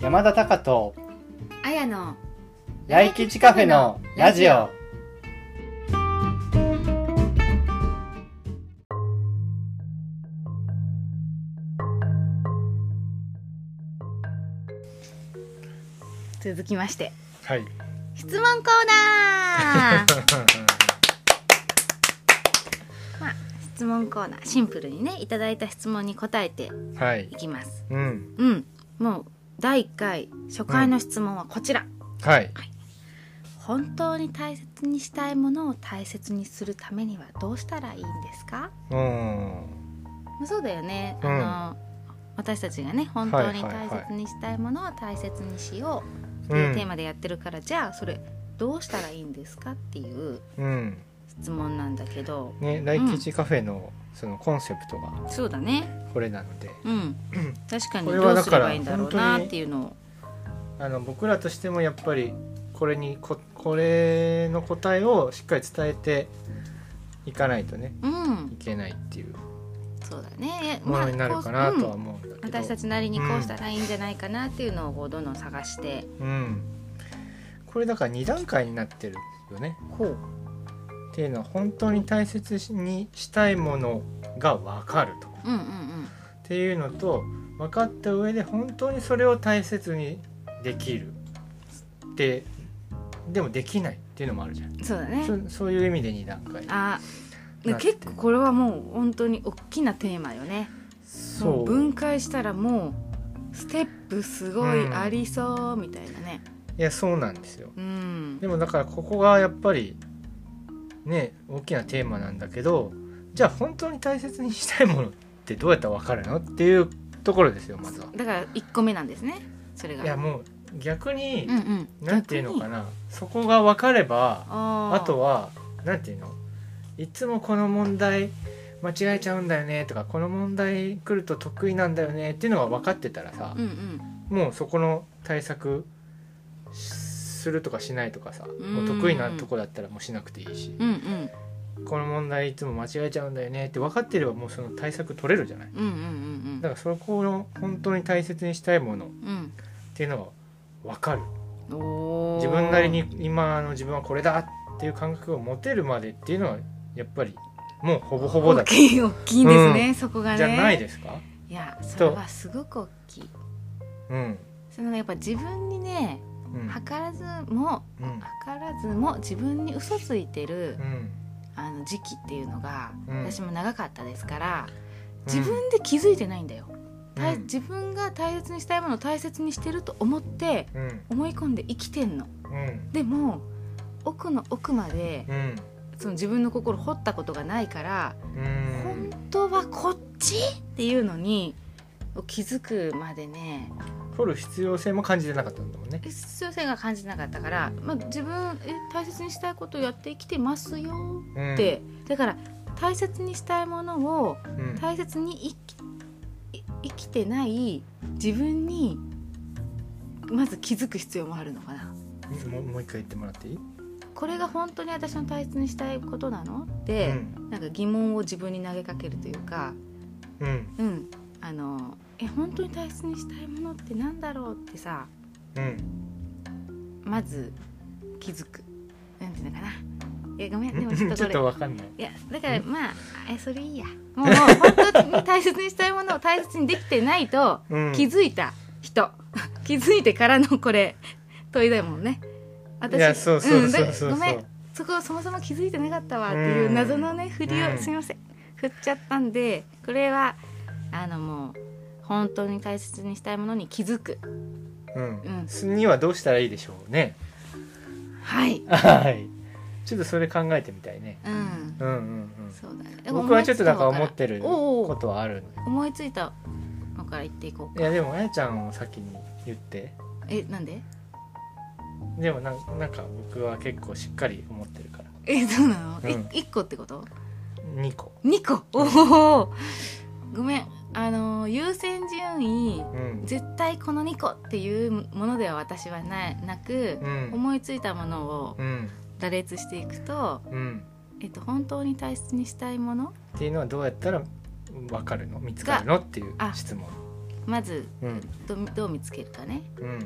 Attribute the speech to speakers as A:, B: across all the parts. A: 山田隆と
B: あやの
A: 来吉カフェのラジオ
B: 続きまして
A: はい
B: 質問コーナーまあ質問コーナーシンプルにねいただいた質問に答えて
A: はい
B: いきます
A: うん
B: うんもう第1回初回の質問はこちら、
A: はい
B: 本当に大切にしたいものを大切にするためにはどうしたらいいんですか
A: うん
B: そうだよね、
A: うん
B: あの私たちがね本当に
A: はいはいは
B: 大
A: い
B: 切にしたいものを大切にしようっていうテーマでやってるから、じゃあそれどうしたらいいんですかっていう
A: うん
B: 質問なんだけど
A: ね来吉カフェのそのコンセプトが
B: そうだね
A: これなので
B: うん確かに
A: これ
B: ど
A: は
B: う
A: だ
B: す
A: か
B: れ
A: ら
B: ばいいんだろうなっていうのを
A: あの僕らとしてもやっぱりこれにここれの答えをしっかり伝えていかないとね
B: うん
A: いけないっていう
B: そうだね
A: ものになるかな
B: まあこう
A: とは
B: うん
A: 思うんだけど、
B: 私たちなりにこうしたらいいんじゃないかなっていうのをこうどんどん探して
A: うん、これだから2段階になってるよね。
B: こう
A: っていうのは本当に大切にしたいものが分かると
B: うんうんうん
A: っていうのと分かった上で本当にそれを大切にできるででもできないっていうのもあるじゃん
B: そうだね
A: そそういう意味で2段階
B: あね
A: なって
B: 結構これはもう本当に大きなテーマよねもう分解したらもうステップすごいありそうみたいなね
A: いやそうなんですよ
B: うん
A: でもだからここがやっぱりね大きなテーマなんだけどじゃあ本当に大切にしたいものってどうやったら分かるのっていうところですよまずは。
B: だから1個目なんですねそれが
A: いやもう逆に
B: うんうん
A: 何ていうのかなそこが分かれば
B: あ
A: あとは何ていうのいつもこの問題間違えちゃうんだよねとかこの問題来ると得意なんだよねっていうのが分かってたらさ
B: う、んうん
A: もうそこの対策するとかしないとかさ
B: ん
A: もう得意なとこだったらもうしなくていいし
B: うんうん
A: この問題いつも間違えちゃうんだよねって分かってればもうその対策取れるじゃない
B: うんうんうん
A: だからそこの本当に大切にしたいものっ
B: うん
A: ていうのが分かる
B: うんおー
A: 自分なりに今の自分はこれだっていう感覚を持てるまでっていうのはやっぱりもうほぼほぼだ
B: 大
A: じ
B: きい大きいんですね、そこがね
A: ゃないですか
B: いやそれはすごく大きい
A: うん
B: そのねやっぱ自分にね
A: うん
B: 図らずも
A: うん
B: 図らずも自分に嘘ついてる
A: うん
B: あの時期っていうのが
A: うん
B: 私も長かったですから自分で気づいてないんだよ、大
A: うん
B: 自分が大切にしたいものを大切にしてると思って
A: うん
B: 思い込んで生きてんの
A: うん
B: でも奥の奥まで
A: うん
B: その自分の心掘ったことがないから
A: うん
B: 本当はこっちっていうのに気づくまでね
A: 掘る必要性も感じてなかったんだもんね
B: 必要性が感じなかったから、まあ、自分え大切にしたいことをやってきてますよ
A: うん
B: って、だから大切にしたいものを
A: うん
B: 大切に生き生きてない自分にまず気づく必要もあるのかな
A: もうもう一回言ってもらっていい
B: これが本当に私の大切にしたいことなのって、
A: うん
B: なんか疑問を自分に投げかけるというか
A: うん
B: うんあのえ本当に大切にしたいものってなんだろうってさ
A: うん
B: まず気づくなんていうのかないやごめんでも
A: うん
B: ちょっ
A: ちょ
B: とこ
A: っ
B: れ
A: とわかんない
B: いやだからまあえそれいいやもう本当に大切にしたいものを大切にできてないと
A: うん
B: 気づいた人 気づいてからのこれ問いだもんね私
A: いやそうそうそ
B: ん
A: うそう
B: だごめ
A: そ
B: んそこそもそも気づいてなかったわっていううん謎のね振りを、
A: うん
B: すみません振っちゃったんでこれはあのもう本当に大切にしたいものに気づく
A: う
B: うん
A: うんにはどうしたらいいでしょうね
B: はい
A: はいちょっとそれ考えてみたいね
B: うん
A: うんうんうん
B: そうだね
A: 僕はちょっとなんか思ってる
B: おうおう
A: ことはある
B: 思いついたのから言っていこう
A: いやでもあやちゃんを先に言って
B: えなんで
A: でもなんなんか僕は結構しっかり思ってるから
B: えそうなの、い
A: うん
B: 一1個ってこと
A: 2個
B: ?2 個おおごめんあのー優先順位
A: うん
B: 絶対この2個っていうものでは私はないなく
A: う、ん
B: 思いついたものを
A: うん
B: 羅列していくと、
A: うん
B: えっと、本当に大切にしたいもの
A: っていうのはどうやったら分かるの見つかるのっていう
B: あ
A: 質問
B: まず
A: うん
B: どどう見つけるかね
A: うん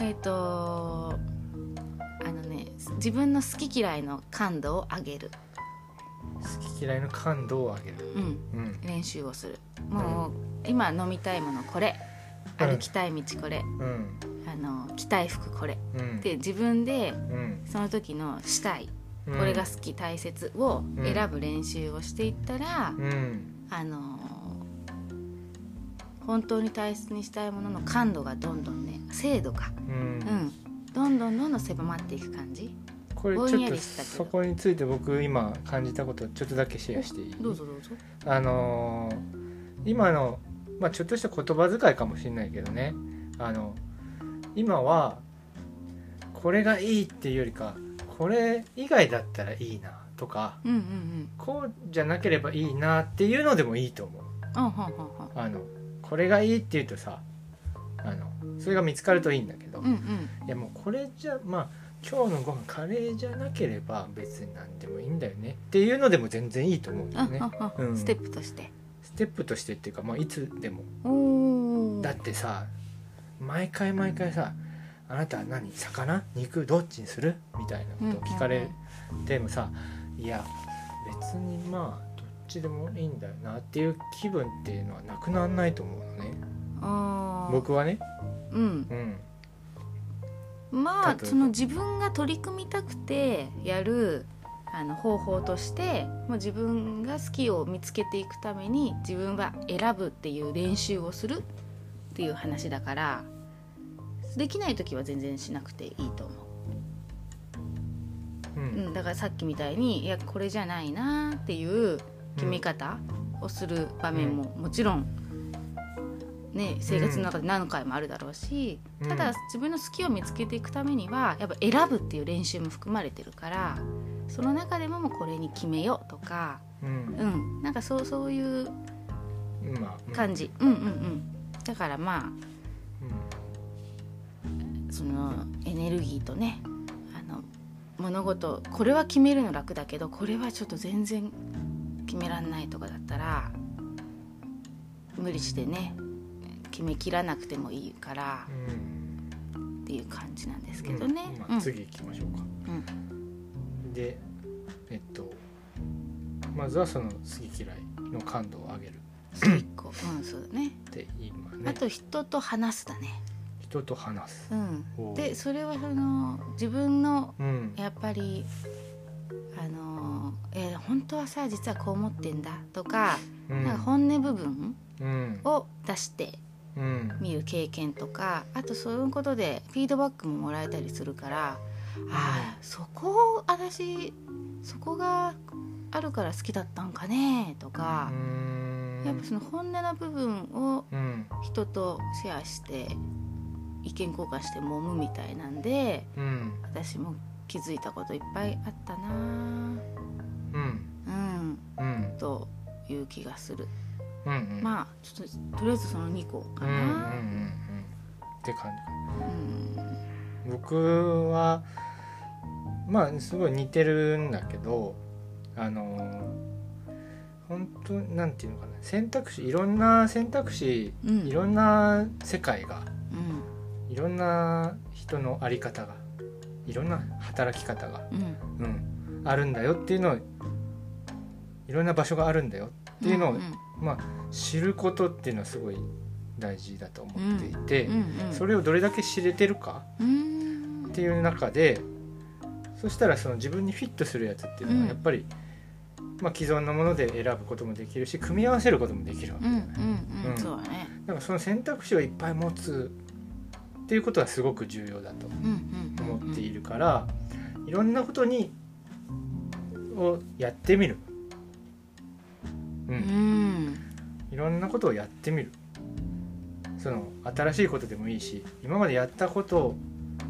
B: えっ、とあのね自分の好き嫌いの感度を上げる、
A: 好き嫌いの感度を上げる
B: うん、
A: うん
B: 練習をするもう、今飲みたいものこれ
A: うん
B: 歩きたい道これ、
A: うん
B: あの着たい服これ
A: うん
B: で自分で
A: うん
B: その時のしたい
A: うん
B: これが好き大切を選ぶ練習をしていったら、
A: うん
B: あのー本当に大切にしたいものの感度がどんどんね精度が、
A: う
B: うんん、どんどんどんどん狭まっていく感じ
A: これ
B: ぼ
A: ち
B: ん
A: ょっ
B: や
A: と
B: りしたけ
A: そ
B: ど
A: こについて僕今感じたことちょっとだけシェアしていい
B: どうぞどうぞ
A: あのー今の、まあ、ちょっとした言葉遣いかもしれないけどねあの今はこれがいいっていうよりかこれ以外だったらいいなとか
B: うんうんうん
A: こうじゃなければいいなっていうのでもいいと思う
B: あはんはんはん
A: あのこれがいいっていうとさあのそれが見つかるといいんだけど、
B: うんう
A: い
B: ん
A: やもうこれじゃまあ今日のご飯カレーじゃなければ別に何でもいいんだよねっていうのでも全然いいと思うんだ
B: あ
A: よね
B: はんはん
A: うん
B: ステップとして
A: ステップとしてっていうか、まあ、いつでも
B: おお
A: だってさ毎回毎回さ「あなたは何魚肉どっちにする?」みたいなことを聞かれてもさ「いや別にまあどっちでもいいんだよな」っていう気分っていうのはなくならないと思うのね
B: あー
A: 僕はね。
B: う
A: う
B: ん
A: ん
B: ま
A: 例え
B: あ
A: ば
B: その自分が取り組みたくてやるあの方法としてもう自分が好きを見つけていくために自分は選ぶっていう練習をするっていう話だからできない時は全然しなくていいと思
A: う
B: う、うんん、だからさっきみたいにいやこれじゃないなーっていう決め方をする場面ももちろん、ね、生活の中で何回もあるだろうし、
A: うん
B: ただ自分の好きを見つけていくためにはやっぱ選ぶっていう練習も含まれてるからその中でももうこれに決めようとか、
A: うん
B: うん、なんかそうそういう
A: まあうん
B: 感じ、うん、うんうんだからま
A: う
B: あそのエネルギーとねあの物事これは決めるの楽だけどこれはちょっと全然決めらんないとかだったら無理してね決めきらなくてもいいから
A: んうん
B: っていう感じなんですけどね。
A: ま
B: う
A: あ
B: ん
A: 次行きましょうか
B: うん
A: でえっとまずはその好き嫌いの感度を上げる
B: それ一個 うんそうだね
A: って今ね
B: あと人と話すだね
A: 人と話す
B: う
A: おうん
B: でそれはその自分の
A: うん
B: やっぱりあのーえー本当はさ実はこう思ってんだとか,、
A: うん
B: なんか本音部分
A: うん
B: を出して
A: うん
B: みる経験とかあとそういうことでフィードバックももらえたりするから、ああそこを私そこがあるから好きだったんかねとか、やっぱその本音の部分を
A: うん
B: 人とシェアして意見交換して揉むみたいなんで
A: うん
B: 私も気づいたこといっぱいあったな
A: うん
B: ぁうん
A: うん
B: という気がする、
A: うんあ
B: まあちょっととりあえずその2個か
A: うんうんうんうん
B: な
A: って感
B: うん
A: じ僕はまあすごい似てるんだけどあの本当なんていうのかな選択肢いろんな選択肢
B: うんうん
A: いろんな世界がいろんな人の在り方がいろんな働き方が
B: うん
A: うん、あるんだよっていうのをいろんな場所があるんだよっていうのを、
B: うん
A: まあ、知ることっていうのはすごい大事だと思っていて、
B: うんうん
A: それをどれだけ知れてるか
B: うん
A: っていう中でそしたらその自分にフィットするやつっていうの
B: う
A: は
B: ん
A: やっぱり、まあ、既存のもので選ぶこともできるし組み合わせることもできるわけ
B: う
A: じゃ
B: ん
A: ない、
B: うん
A: う
B: うんんそうだね
A: なんかその選択肢をいっぱい持つっていうことはすごく重要だと
B: うんうんうん
A: 思っているから、いろんなことにをやってみる、うん
B: うん
A: いろんなことをやってみるその新しいことでもいいし今までやったこと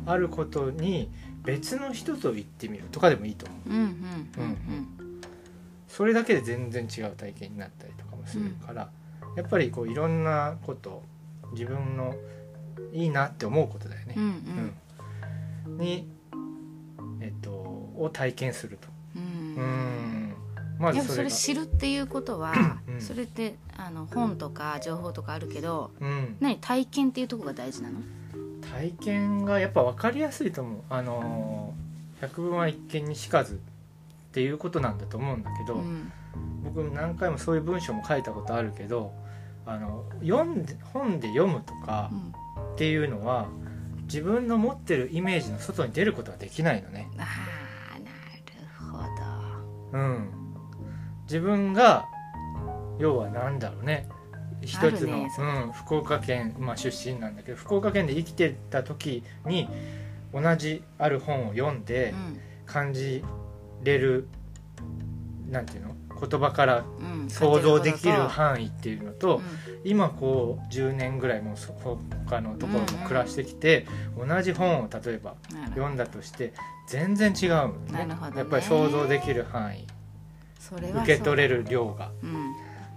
A: あることに別の人と行ってみるとかでもいいと思う
B: うんうんうん
A: それだけで全然違う体験になったりとかもするから、やっぱりこういろんなこと自分のいいなって思うことだよね
B: うんう、ん
A: うんに、えっと、を体験すると
B: うん
A: うんまず
B: やっぱ
A: そ
B: そ
A: れ
B: れ
A: が
B: 知るっていうことは、
A: うん
B: それってあの本とか情報とかあるけど
A: うん、
B: 何体験っていうところが大事なの
A: 体験がやっぱ分かりやすいと思うあのー百聞は一見にしかずっていうことなんだと思うんだけど、
B: うん
A: 僕何回もそういう文章も書いたことあるけどあの読んで本で読むとか
B: うん
A: っていうのは自分の持ってるイメージの外に出ることはできないのね。
B: ああなるほど
A: うん、自分が要は何だろうね一つの、
B: ね
A: うん、福岡県、まあ、出身なんだけど福岡県で生きてた時に同じある本を読んで感じれる、なんていうの言葉から
B: うんうん
A: 想像できる
B: 勝
A: 範囲っていうの
B: 手
A: と
B: のこ、と
A: 今こう10年ぐらいもうそ他のところも暮らしてきて、同じ本を例えば
B: うんなるほど
A: 読んだとして全然違うの
B: なるほどね
A: やっぱり想像できる範囲
B: それは
A: 受け取
B: れ
A: れる量が
B: うん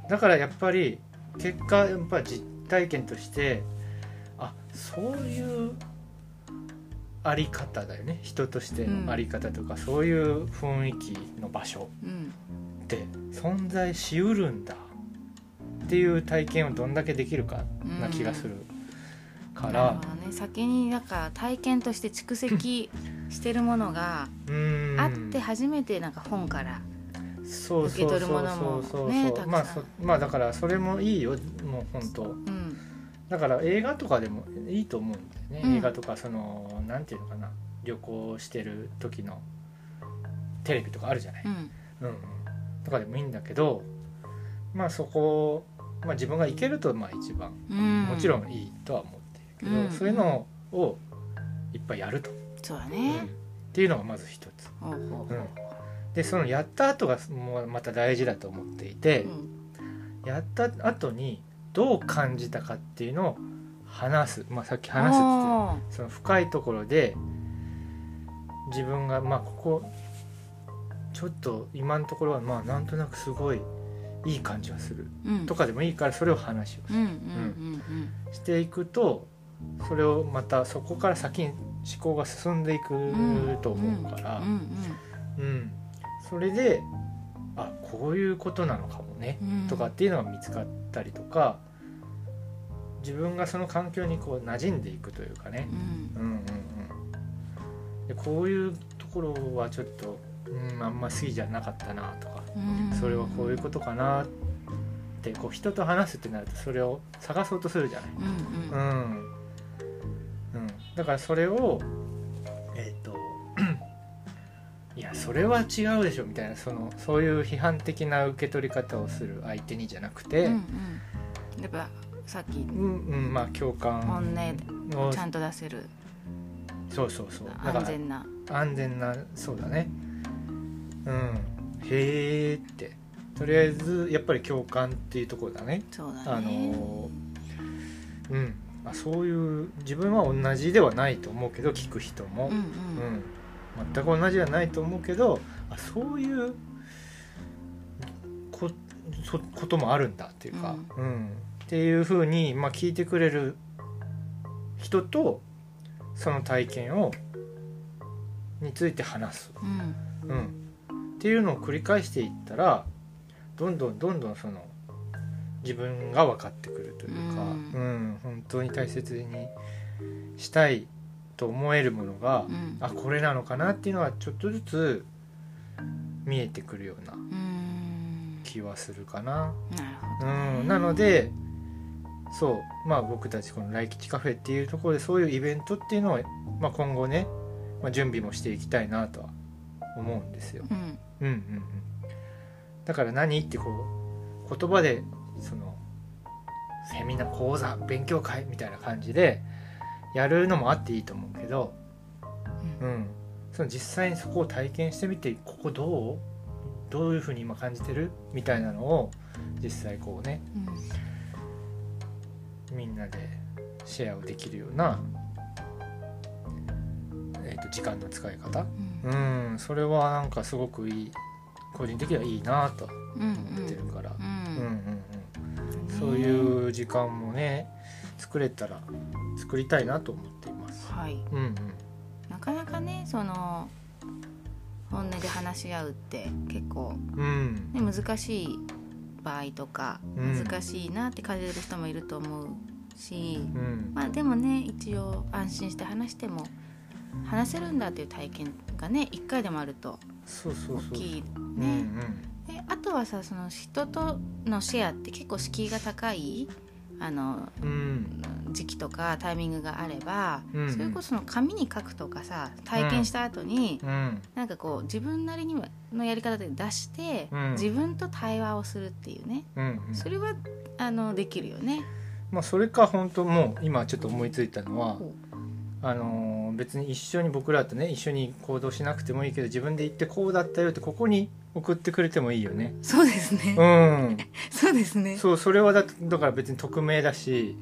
A: だからやっぱり結果やっぱ実体験としてあそういうあり方だよね人としてのあり方とか、そういう雰囲気の場所
B: うん
A: って存在しうるんだっていう体験をどんだけできるかな気がするか
B: なる
A: ら
B: ほどね先にだから体験として蓄積してるものが
A: うーん
B: あって初めてなんか本から
A: そう
B: 受け
A: そうそう
B: 取
A: そ
B: る
A: う
B: ものも
A: そう
B: ねたくさん
A: まあそまあだからそれもいいよもう本当
B: うん
A: だから映画とかでもいいと思うんだよね、
B: うん
A: 映画とかそのなんていうのかな旅行してる時のテレビとかあるじゃない、
B: うん
A: うんうんとかでもいいんだけどまあそこを、まあ、自分が行けるとまあ一番
B: うん
A: もちろんいいとは思ってるけど、
B: うん
A: そういうのをいっぱいやると、
B: そうだ
A: うんっ
B: ね
A: ていうのがまず一つ。
B: ほうほうほう
A: でそのやった後がもうまた大事だと思っていて、
B: うん
A: やった後にどう感じたかっていうのを話す、まあ、さっき話すって言ってたその深いところで自分がまあここちょっと今のところはまあなんとなくすごいいい感じはする
B: おーうん
A: とかでもいいからそれを話
B: うんうんうん
A: をしていくとそれをまたそこから先に思考が進んでい
B: うん
A: くと思うから
B: うん
A: うんそれであこういうことなのかもね
B: うんうん
A: とかっていうのが見つかったりとか自分がその環境にこう馴染んでいくというかね、
B: うん
A: うんうんうん、でこういうところはちょっと、うん、あんま好きじゃなかったなとか
B: うん
A: それはこういうことかなってこう人と話すってなるとそれを探そうとするじゃない。
B: うんうん
A: うんうん、だからそれをえっ、と いやそれは違うでしょみたいなそのそういう批判的な受け取り方をする相手にじゃなくて、う
B: う
A: んん
B: うんやっぱさっき
A: うんまあ共
B: 本
A: 感を
B: 音ちゃんと出せる
A: そうそうそうだから
B: 安全な
A: 安全なそうだねうんへえってとりあえずやっぱり共感っていうところだね
B: そうだね
A: あのうんあそういう自分は同じではないと思うけど聞く人も
B: う、ん
A: う
B: うん
A: ん全く同じじゃないと思うけどあそういうこそこともあるんだっていうか、うんっていうふうに、まあ、聞いてくれる人とその体験をについて話す、
B: うん
A: うん、っていうのを繰り返していったらどんどんどんどんその自分が分かってくるというか、
B: う
A: う
B: ん
A: ん、本当に大切にしたいと思えるものが、
B: うん
A: あこれなのかなっていうのはちょっとずつ見えてくるような
B: うん
A: 気はするかな。
B: なるほ
A: う
B: どね
A: ん、なのでそうまあ僕たちこの来吉カフェっていうところでそういうイベントっていうのを、まあ、今後ね、まあ、準備もしていきたいなとは思うんですよ。
B: うん
A: うんうんうん、だから何ってこう言葉でそのセミナー講座勉強会みたいな感じでやるのもあっていいと思うけど、
B: う
A: うん、その実際にそこを体験してみてここどうどういうふうに今感じてるみたいなのを実際こうね
B: うん
A: みんなでシェアをできるような、えー、と時間の使い方
B: うん
A: うんそれはなんかすごくいい個人的にはいいなと
B: うん
A: 思ってるから、
B: う
A: うんうん
B: ん
A: うん、そう
B: う
A: いう時間もね作れたら作りたいなと思っています。
B: はい
A: うん
B: なかなかねその本音で話し合うって結構、
A: うん
B: ね、難しい場合とか
A: うん
B: 難しいなって感じる人もいると思うし、
A: うん
B: まあでもね一応安心して話しても話せるんだっていう体験がね1回でもあると
A: そうそう
B: 大
A: そう
B: きいね。
A: うんうん
B: であとはさその人とのシェアって結構敷居が高いあの
A: うん
B: 時期とかタイミングがあれば、
A: うん
B: それこそその紙に書くとかさ体験した後に、
A: うん
B: なんかこう自分なりにはのやり方で出して、
A: うん
B: 自分と対話をするっていうね
A: うんうん
B: それはあのできるよね。
A: まあそれか本当もう今ちょっと思いついたのは
B: ほ
A: あのー別に一緒に僕らとね一緒に行動しなくてもいいけど自分で言ってこうだったよってここに送ってくれてもいいよね。
B: そうですね、
A: うん、
B: そうですね
A: そうそれはだだから別に匿名だし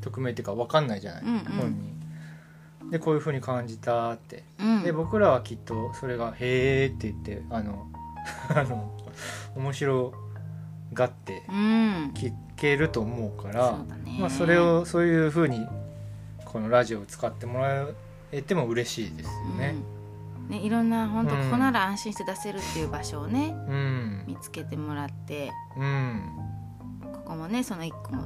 A: 匿名っていうか分かんないじゃない、
B: うんうん
A: 本人。でこういうふうに感じたって
B: うん
A: で僕らはきっとそれが「へえ」って言ってあの あの面白がって
B: うん
A: 聞けると思うから。
B: そうだね
A: まあ、それをそういうふうにこのラジオを使ってもらえても嬉しいですよね。
B: うんねいろんな本当、
A: うん
B: ここなら安心して出せるっていう場所をね
A: うん、
B: 見つけてもらって
A: うん、
B: ここもねその一個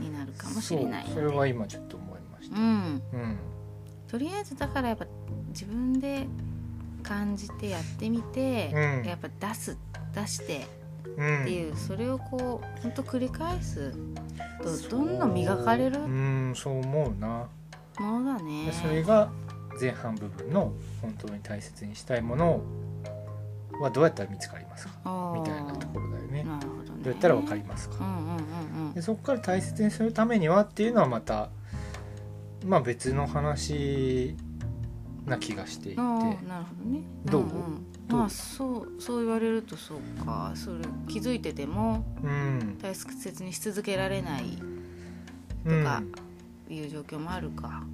B: になるかもしれない
A: そう
B: の
A: そ
B: で
A: れは今ちょっと思いまし
B: う
A: た。
B: ん、
A: うん、
B: とりあえずだからやっぱ自分で感じてやってみて、
A: うん
B: やっぱ出す出して
A: う
B: っ
A: ん、
B: ていう、それをこう本当繰り返すとどんどん磨かれる
A: そうう
B: も
A: ん、そう思うな。
B: のだね
A: で。それが前半部分の本当に大切にしたいものはどうやったら見つかりますか
B: おー
A: みたいなところだよね。
B: なるほどね。
A: どうやったらわかります
B: う
A: か。
B: んうんうんう
A: で
B: ん。
A: そこから大切にするためにはっていうのはまたまあ別の話な気がしていて。
B: ああなるほどね。
A: どうん
B: ん
A: どう
B: まあそうそう言われるとそうか。それ気づいてても
A: うん、
B: 大切にし続けられない
A: と
B: かいう状況もあるか。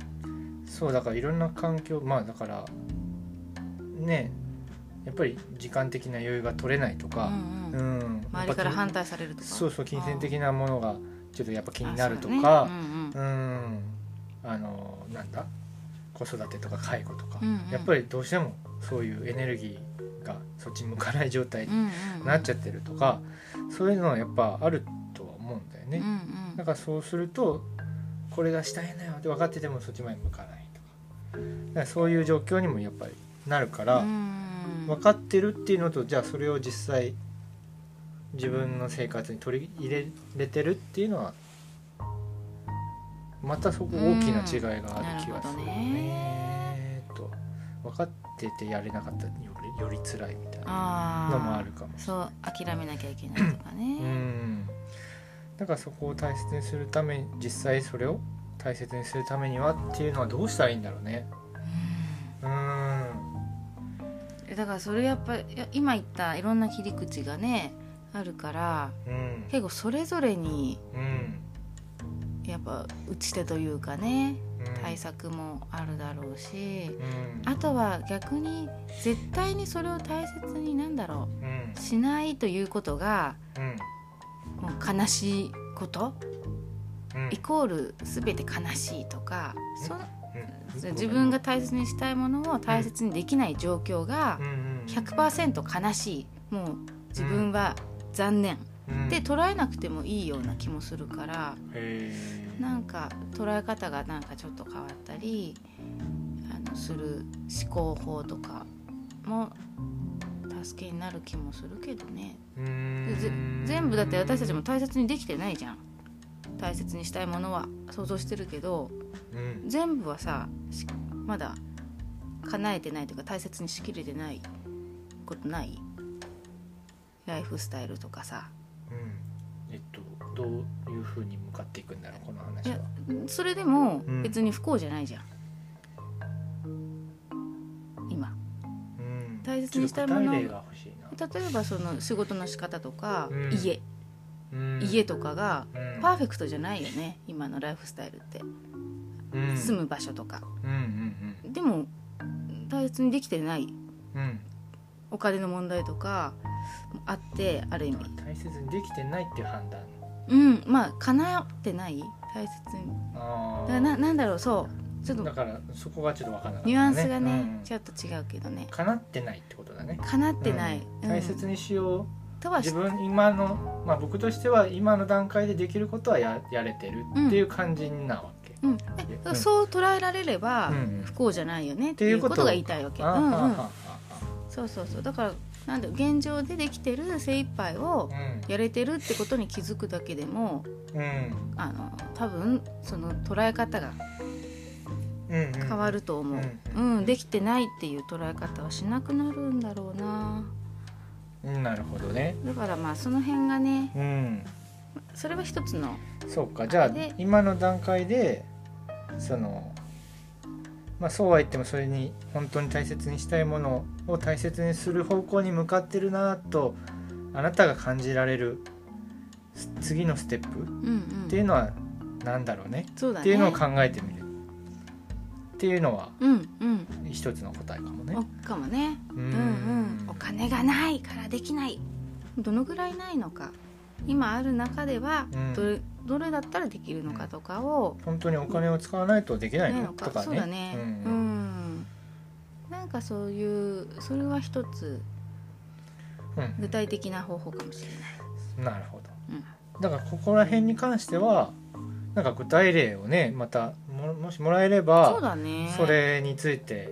A: そうだからいろんな環境まあだからねやっぱり時間的な余裕が取れないと
B: う
A: か、
B: ん
A: う
B: うん。
A: ん
B: 周りから
A: やっぱ
B: 反対されるとか。
A: そうそう金銭的なものがちょっとやっぱ気になると
B: あ
A: か
B: そうだね
A: う,、
B: うん
A: んあのなんだ子育てとか介護とか、
B: うんうん
A: やっぱりどうしてもそういうエネルギーがそっちに向かない状態
B: う
A: に
B: んうん。
A: なっちゃ
B: っ
A: ってるとか、そういうのはやっぱあるとは思うんだよね。
B: うんう
A: だ
B: ん。
A: からそうするとこれがしたいんだよって分かっててもそっち前に向かないとかだからそういう状況にもやっぱりなるから、
B: うん
A: 分かってるっていうのとじゃあそれを実際自分の生活に取り入れれてるっていうのはまたそこ大きな違いがある気がするよねと分かっててやれなかったらよりより辛いみたいな
B: あー
A: のもあるかも
B: そう諦めなきゃいけないとか
A: う
B: ね。
A: んだからそこを大切にするため実際それを大切にするためにはっていうのはどうしたらいいんだろうねうん
B: えだからそれやっぱいや今言ったいろんな切り口がねあるから
A: うん
B: 結構それぞれに
A: うん
B: やっぱ打ち手というかね
A: うん
B: 対策もあるだろうし
A: うん
B: あとは逆に絶対にそれを大切になんだろ
A: うん
B: うしないということが
A: うん
B: もう悲しいこと
A: うん
B: イコール全て悲しいとかそ
A: うん
B: 自分が大切にしたいものを大切にできない状況が
A: うんうん
B: 100%悲しいもう自分は残念
A: うん
B: で捉えなくてもいいような気もするから
A: へー
B: なんか捉え方がなんかちょっと変わったりあのする思考法とかも助けになる気もするけどね
A: うん
B: ぜ全部だって私たちも大切にできてないじゃん大切にしたいものは想像してるけど
A: うん
B: 全部はさしまだ叶えてないというか大切にしきれてないことないライフスタイルとかさ
A: うんえっとどういうふうに向かっていくんだろうこの
B: い
A: 話
B: や
A: は
B: それでも
A: うん
B: 別に不幸じゃないじゃん、今
A: うん
B: 大切にしたいもの
A: ちょっと具体例が欲しいな
B: 例えばその仕事の仕方とか、
A: うん
B: 家
A: うん
B: 家とかが
A: うん
B: パーフェクトじゃないよね今のライフスタイルって、
A: うん
B: 住む場所とか
A: うんうん
B: でも大切にできてない
A: うんうん
B: お金の問題とかもあってある意味
A: 大切にできてないっていう判断
B: うんまあ叶ってない大切に
A: あー
B: だからななんだろうそうちょっと
A: だからそこがちょっと分からなかった、
B: ニュアンスがね
A: うん
B: ちょっと違うけどね
A: かなってないってことだね
B: かなってない、
A: うん
B: うん
A: 大切にしよう、
B: とはし
A: 自分今の、まあ、僕としては今の段階でできることはややれてるっていう感じなわけ、
B: うん、え
A: うん
B: そう捉えられれば
A: うん
B: 不幸じゃないよね
A: っ
B: って
A: て
B: い
A: いうう
B: こ
A: こと
B: とが言いたいわけ、う
A: あー
B: んうん、
A: は
B: そうそうそうだからなんだろう現状でできてる精一杯を
A: ーはー
B: やれてるってことに気づくだけでも
A: うんうん
B: あの多分その捉え方が
A: うんうん
B: 変わると思う、う
A: うん
B: できてないっていう捉え方はしなくなるんだろうな
A: うんなるほどね
B: だからまあその辺がね
A: うん
B: それは一つの
A: そうかじゃあ
B: あれで
A: 今の段階でそのまあそうは言ってもそれに本当に大切にしたいものを大切にする方向に向かってるなとあなたが感じられるす次のステップ
B: うんうん
A: っていうのは何だろうね
B: そうだね
A: っていうのを考えてみるっていうのは
B: うんうん
A: 一つの答えかもね
B: お。かもね
A: う
B: うんうんお金がないからできないどのぐらいないのか今ある中では
A: うん
B: どれどれだったらできるのかとかを、
A: 本当にお金を使わないとできない
B: ない
A: の
B: のか
A: とかね。
B: そうだね
A: う
B: うんん、
A: うん
B: なんかそういうそれは一つ
A: うん
B: 具体的な方法かもしれない、
A: なるほど。
B: うん、
A: だからここら辺に関してはなんか具体例をねまたももしもらえれ
B: そう
A: ば
B: だね
A: それについて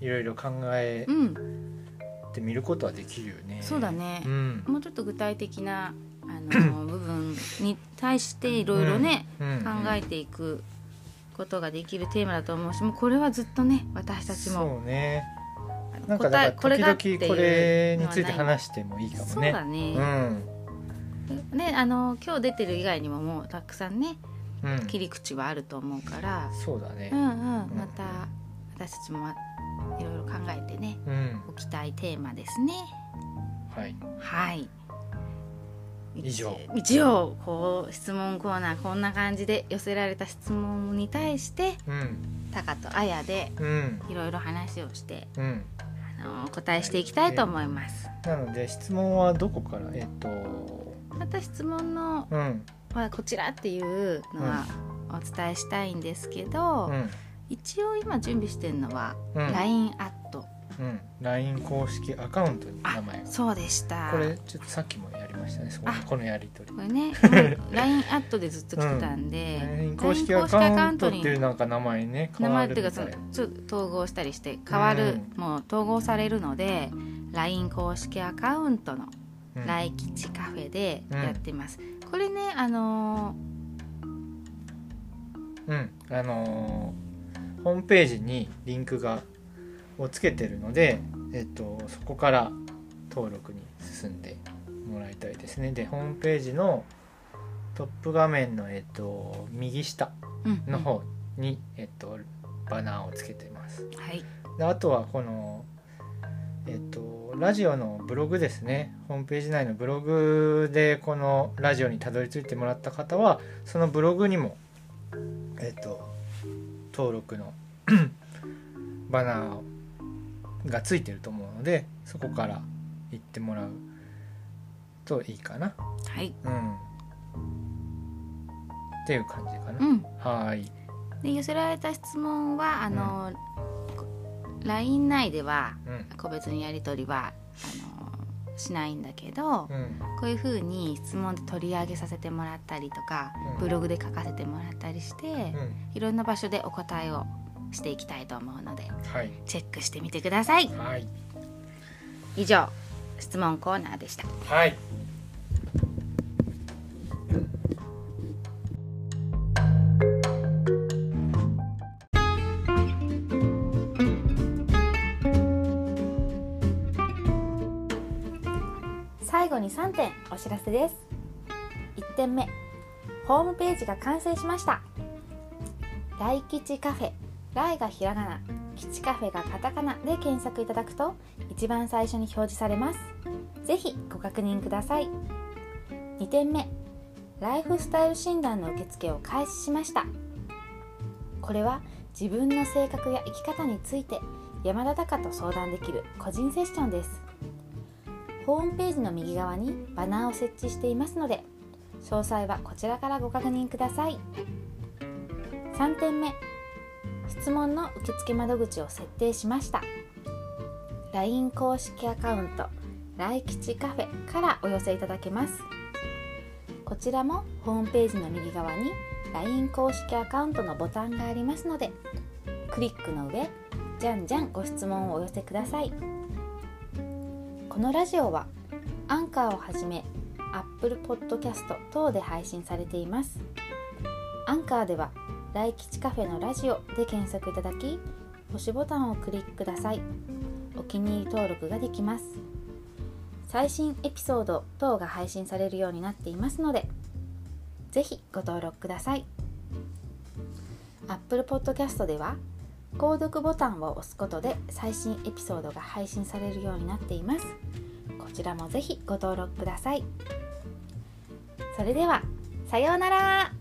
A: いろいろ考え
B: うん
A: てみることはできるよね。
B: そうだね
A: う、ん
B: もうちょっと具体的なあ の部分に対していろいろね、
A: うん
B: 考えていくことができるテーマだと思うしもうこれはずっとね私たちも
A: そうね
B: あの
A: なんかだから
B: がってい
A: 時
B: う
A: 々これについて
B: のはない
A: 話してもいいかも
B: そうだ
A: ね。
B: ね、
A: うん
B: ねあの今日出てる以外にももうたくさんね
A: うん
B: 切り口はあると思うから、
A: そうだね
B: うん、う
A: う
B: ん
A: ん
B: また私たちもまいろいろ考えてね
A: うん、
B: おきたいテーマですね
A: はい、
B: はい
A: 以上
B: 一応こう質問コーナーこんな感じで寄せられた質問に対して
A: うん、
B: タカとアヤで
A: うん、
B: いろいろ話をして、
A: うん。
B: あのお答えしていきたいと思います。
A: なので質問はどこからえっと、
B: また質問の、
A: うん、
B: まあ、こちらっていうのはお伝えしたいんですけど、
A: うん、
B: 一応今準備してるのは
A: うん、
B: LINE アット、
A: うん、LINE 公式アカウントに名前が。
B: そうでした。
A: これちょっとさっきもやりましたね。そこ
B: あ
A: このやり取
B: こ れね、もう LINE アットでずっと来てたんで
A: り。、
B: LINE
A: LINE 公式アカウントっていうなんか名前ね変
B: 名
A: わ
B: 前っ
A: る
B: てい
A: み
B: う
A: た
B: か
A: い
B: そのちょっと統合したりして変わる、もう統合されるので LINE 公式アカウントの
A: うん
B: 来吉カフェでやってます、これねあの
A: うん、あのーホームページにリンクがをつけてるので、えっと、そこから登録に進んでもらいたいですね。で、ホームページのトップ画面のえっと右下
B: ーうん
A: の方にえっとバナーをつけてます。
B: はい
A: であとはこのえっとラジオのブログですねホームページ内のブログでこのラジオにたどり着いてもらった方はそのブログにもえっと登録の バナーがついてると思うのでそこから行ってもらうといいかな
B: はい
A: うんっていう感じかな、
B: うん
A: はーい
B: で寄せられた質問はあの、こ LINE 内では
A: うん
B: 個別のやり取りはあのしないんだけど、
A: うん
B: こういうふうに質問で取り上げさせてもらったりとか、
A: うん
B: ブログで書かせてもらったりして、
A: うん
B: いろんな場所でお答えをしていきたいと思うので
A: はい
B: チェックしてみてください
A: はい
B: 以上質問コーナーでした
A: はい
C: 最後に3点お知らせです1点目ホームページが完成しました来吉カフェ来がひらがな吉カフェがカタカナで検索いただくと一番最初に表示されますぜひご確認ください2点目ライフスタイル診断の受付を開始しましたこれは自分の性格や生き方について山田隆と相談できる個人セッションですホームページの右側にバナーを設置していますので詳細はこちらからご確認ください3点目
B: 質問の受付窓口を設定しました LINE 公式アカウント「来吉カフェ」からお寄せいただけますこちらもホームページの右側に LINE 公式アカウントのボタンがありますのでクリックの上じゃんじゃんご質問をお寄せくださいこのラジオはアンカーをはじめ Apple Podcast 等で配信されていますアンカーでは「来吉カフェのラジオ」で検索いただき星ボタンをクリックくださいお気に入り登録ができます最新エピソード等が配信されるようになっていますのでぜひご登録ください Apple Podcast では購読ボタンを押すことで最新エピソードが配信されるようになっていますこちらもぜひご登録くださいそれではさようなら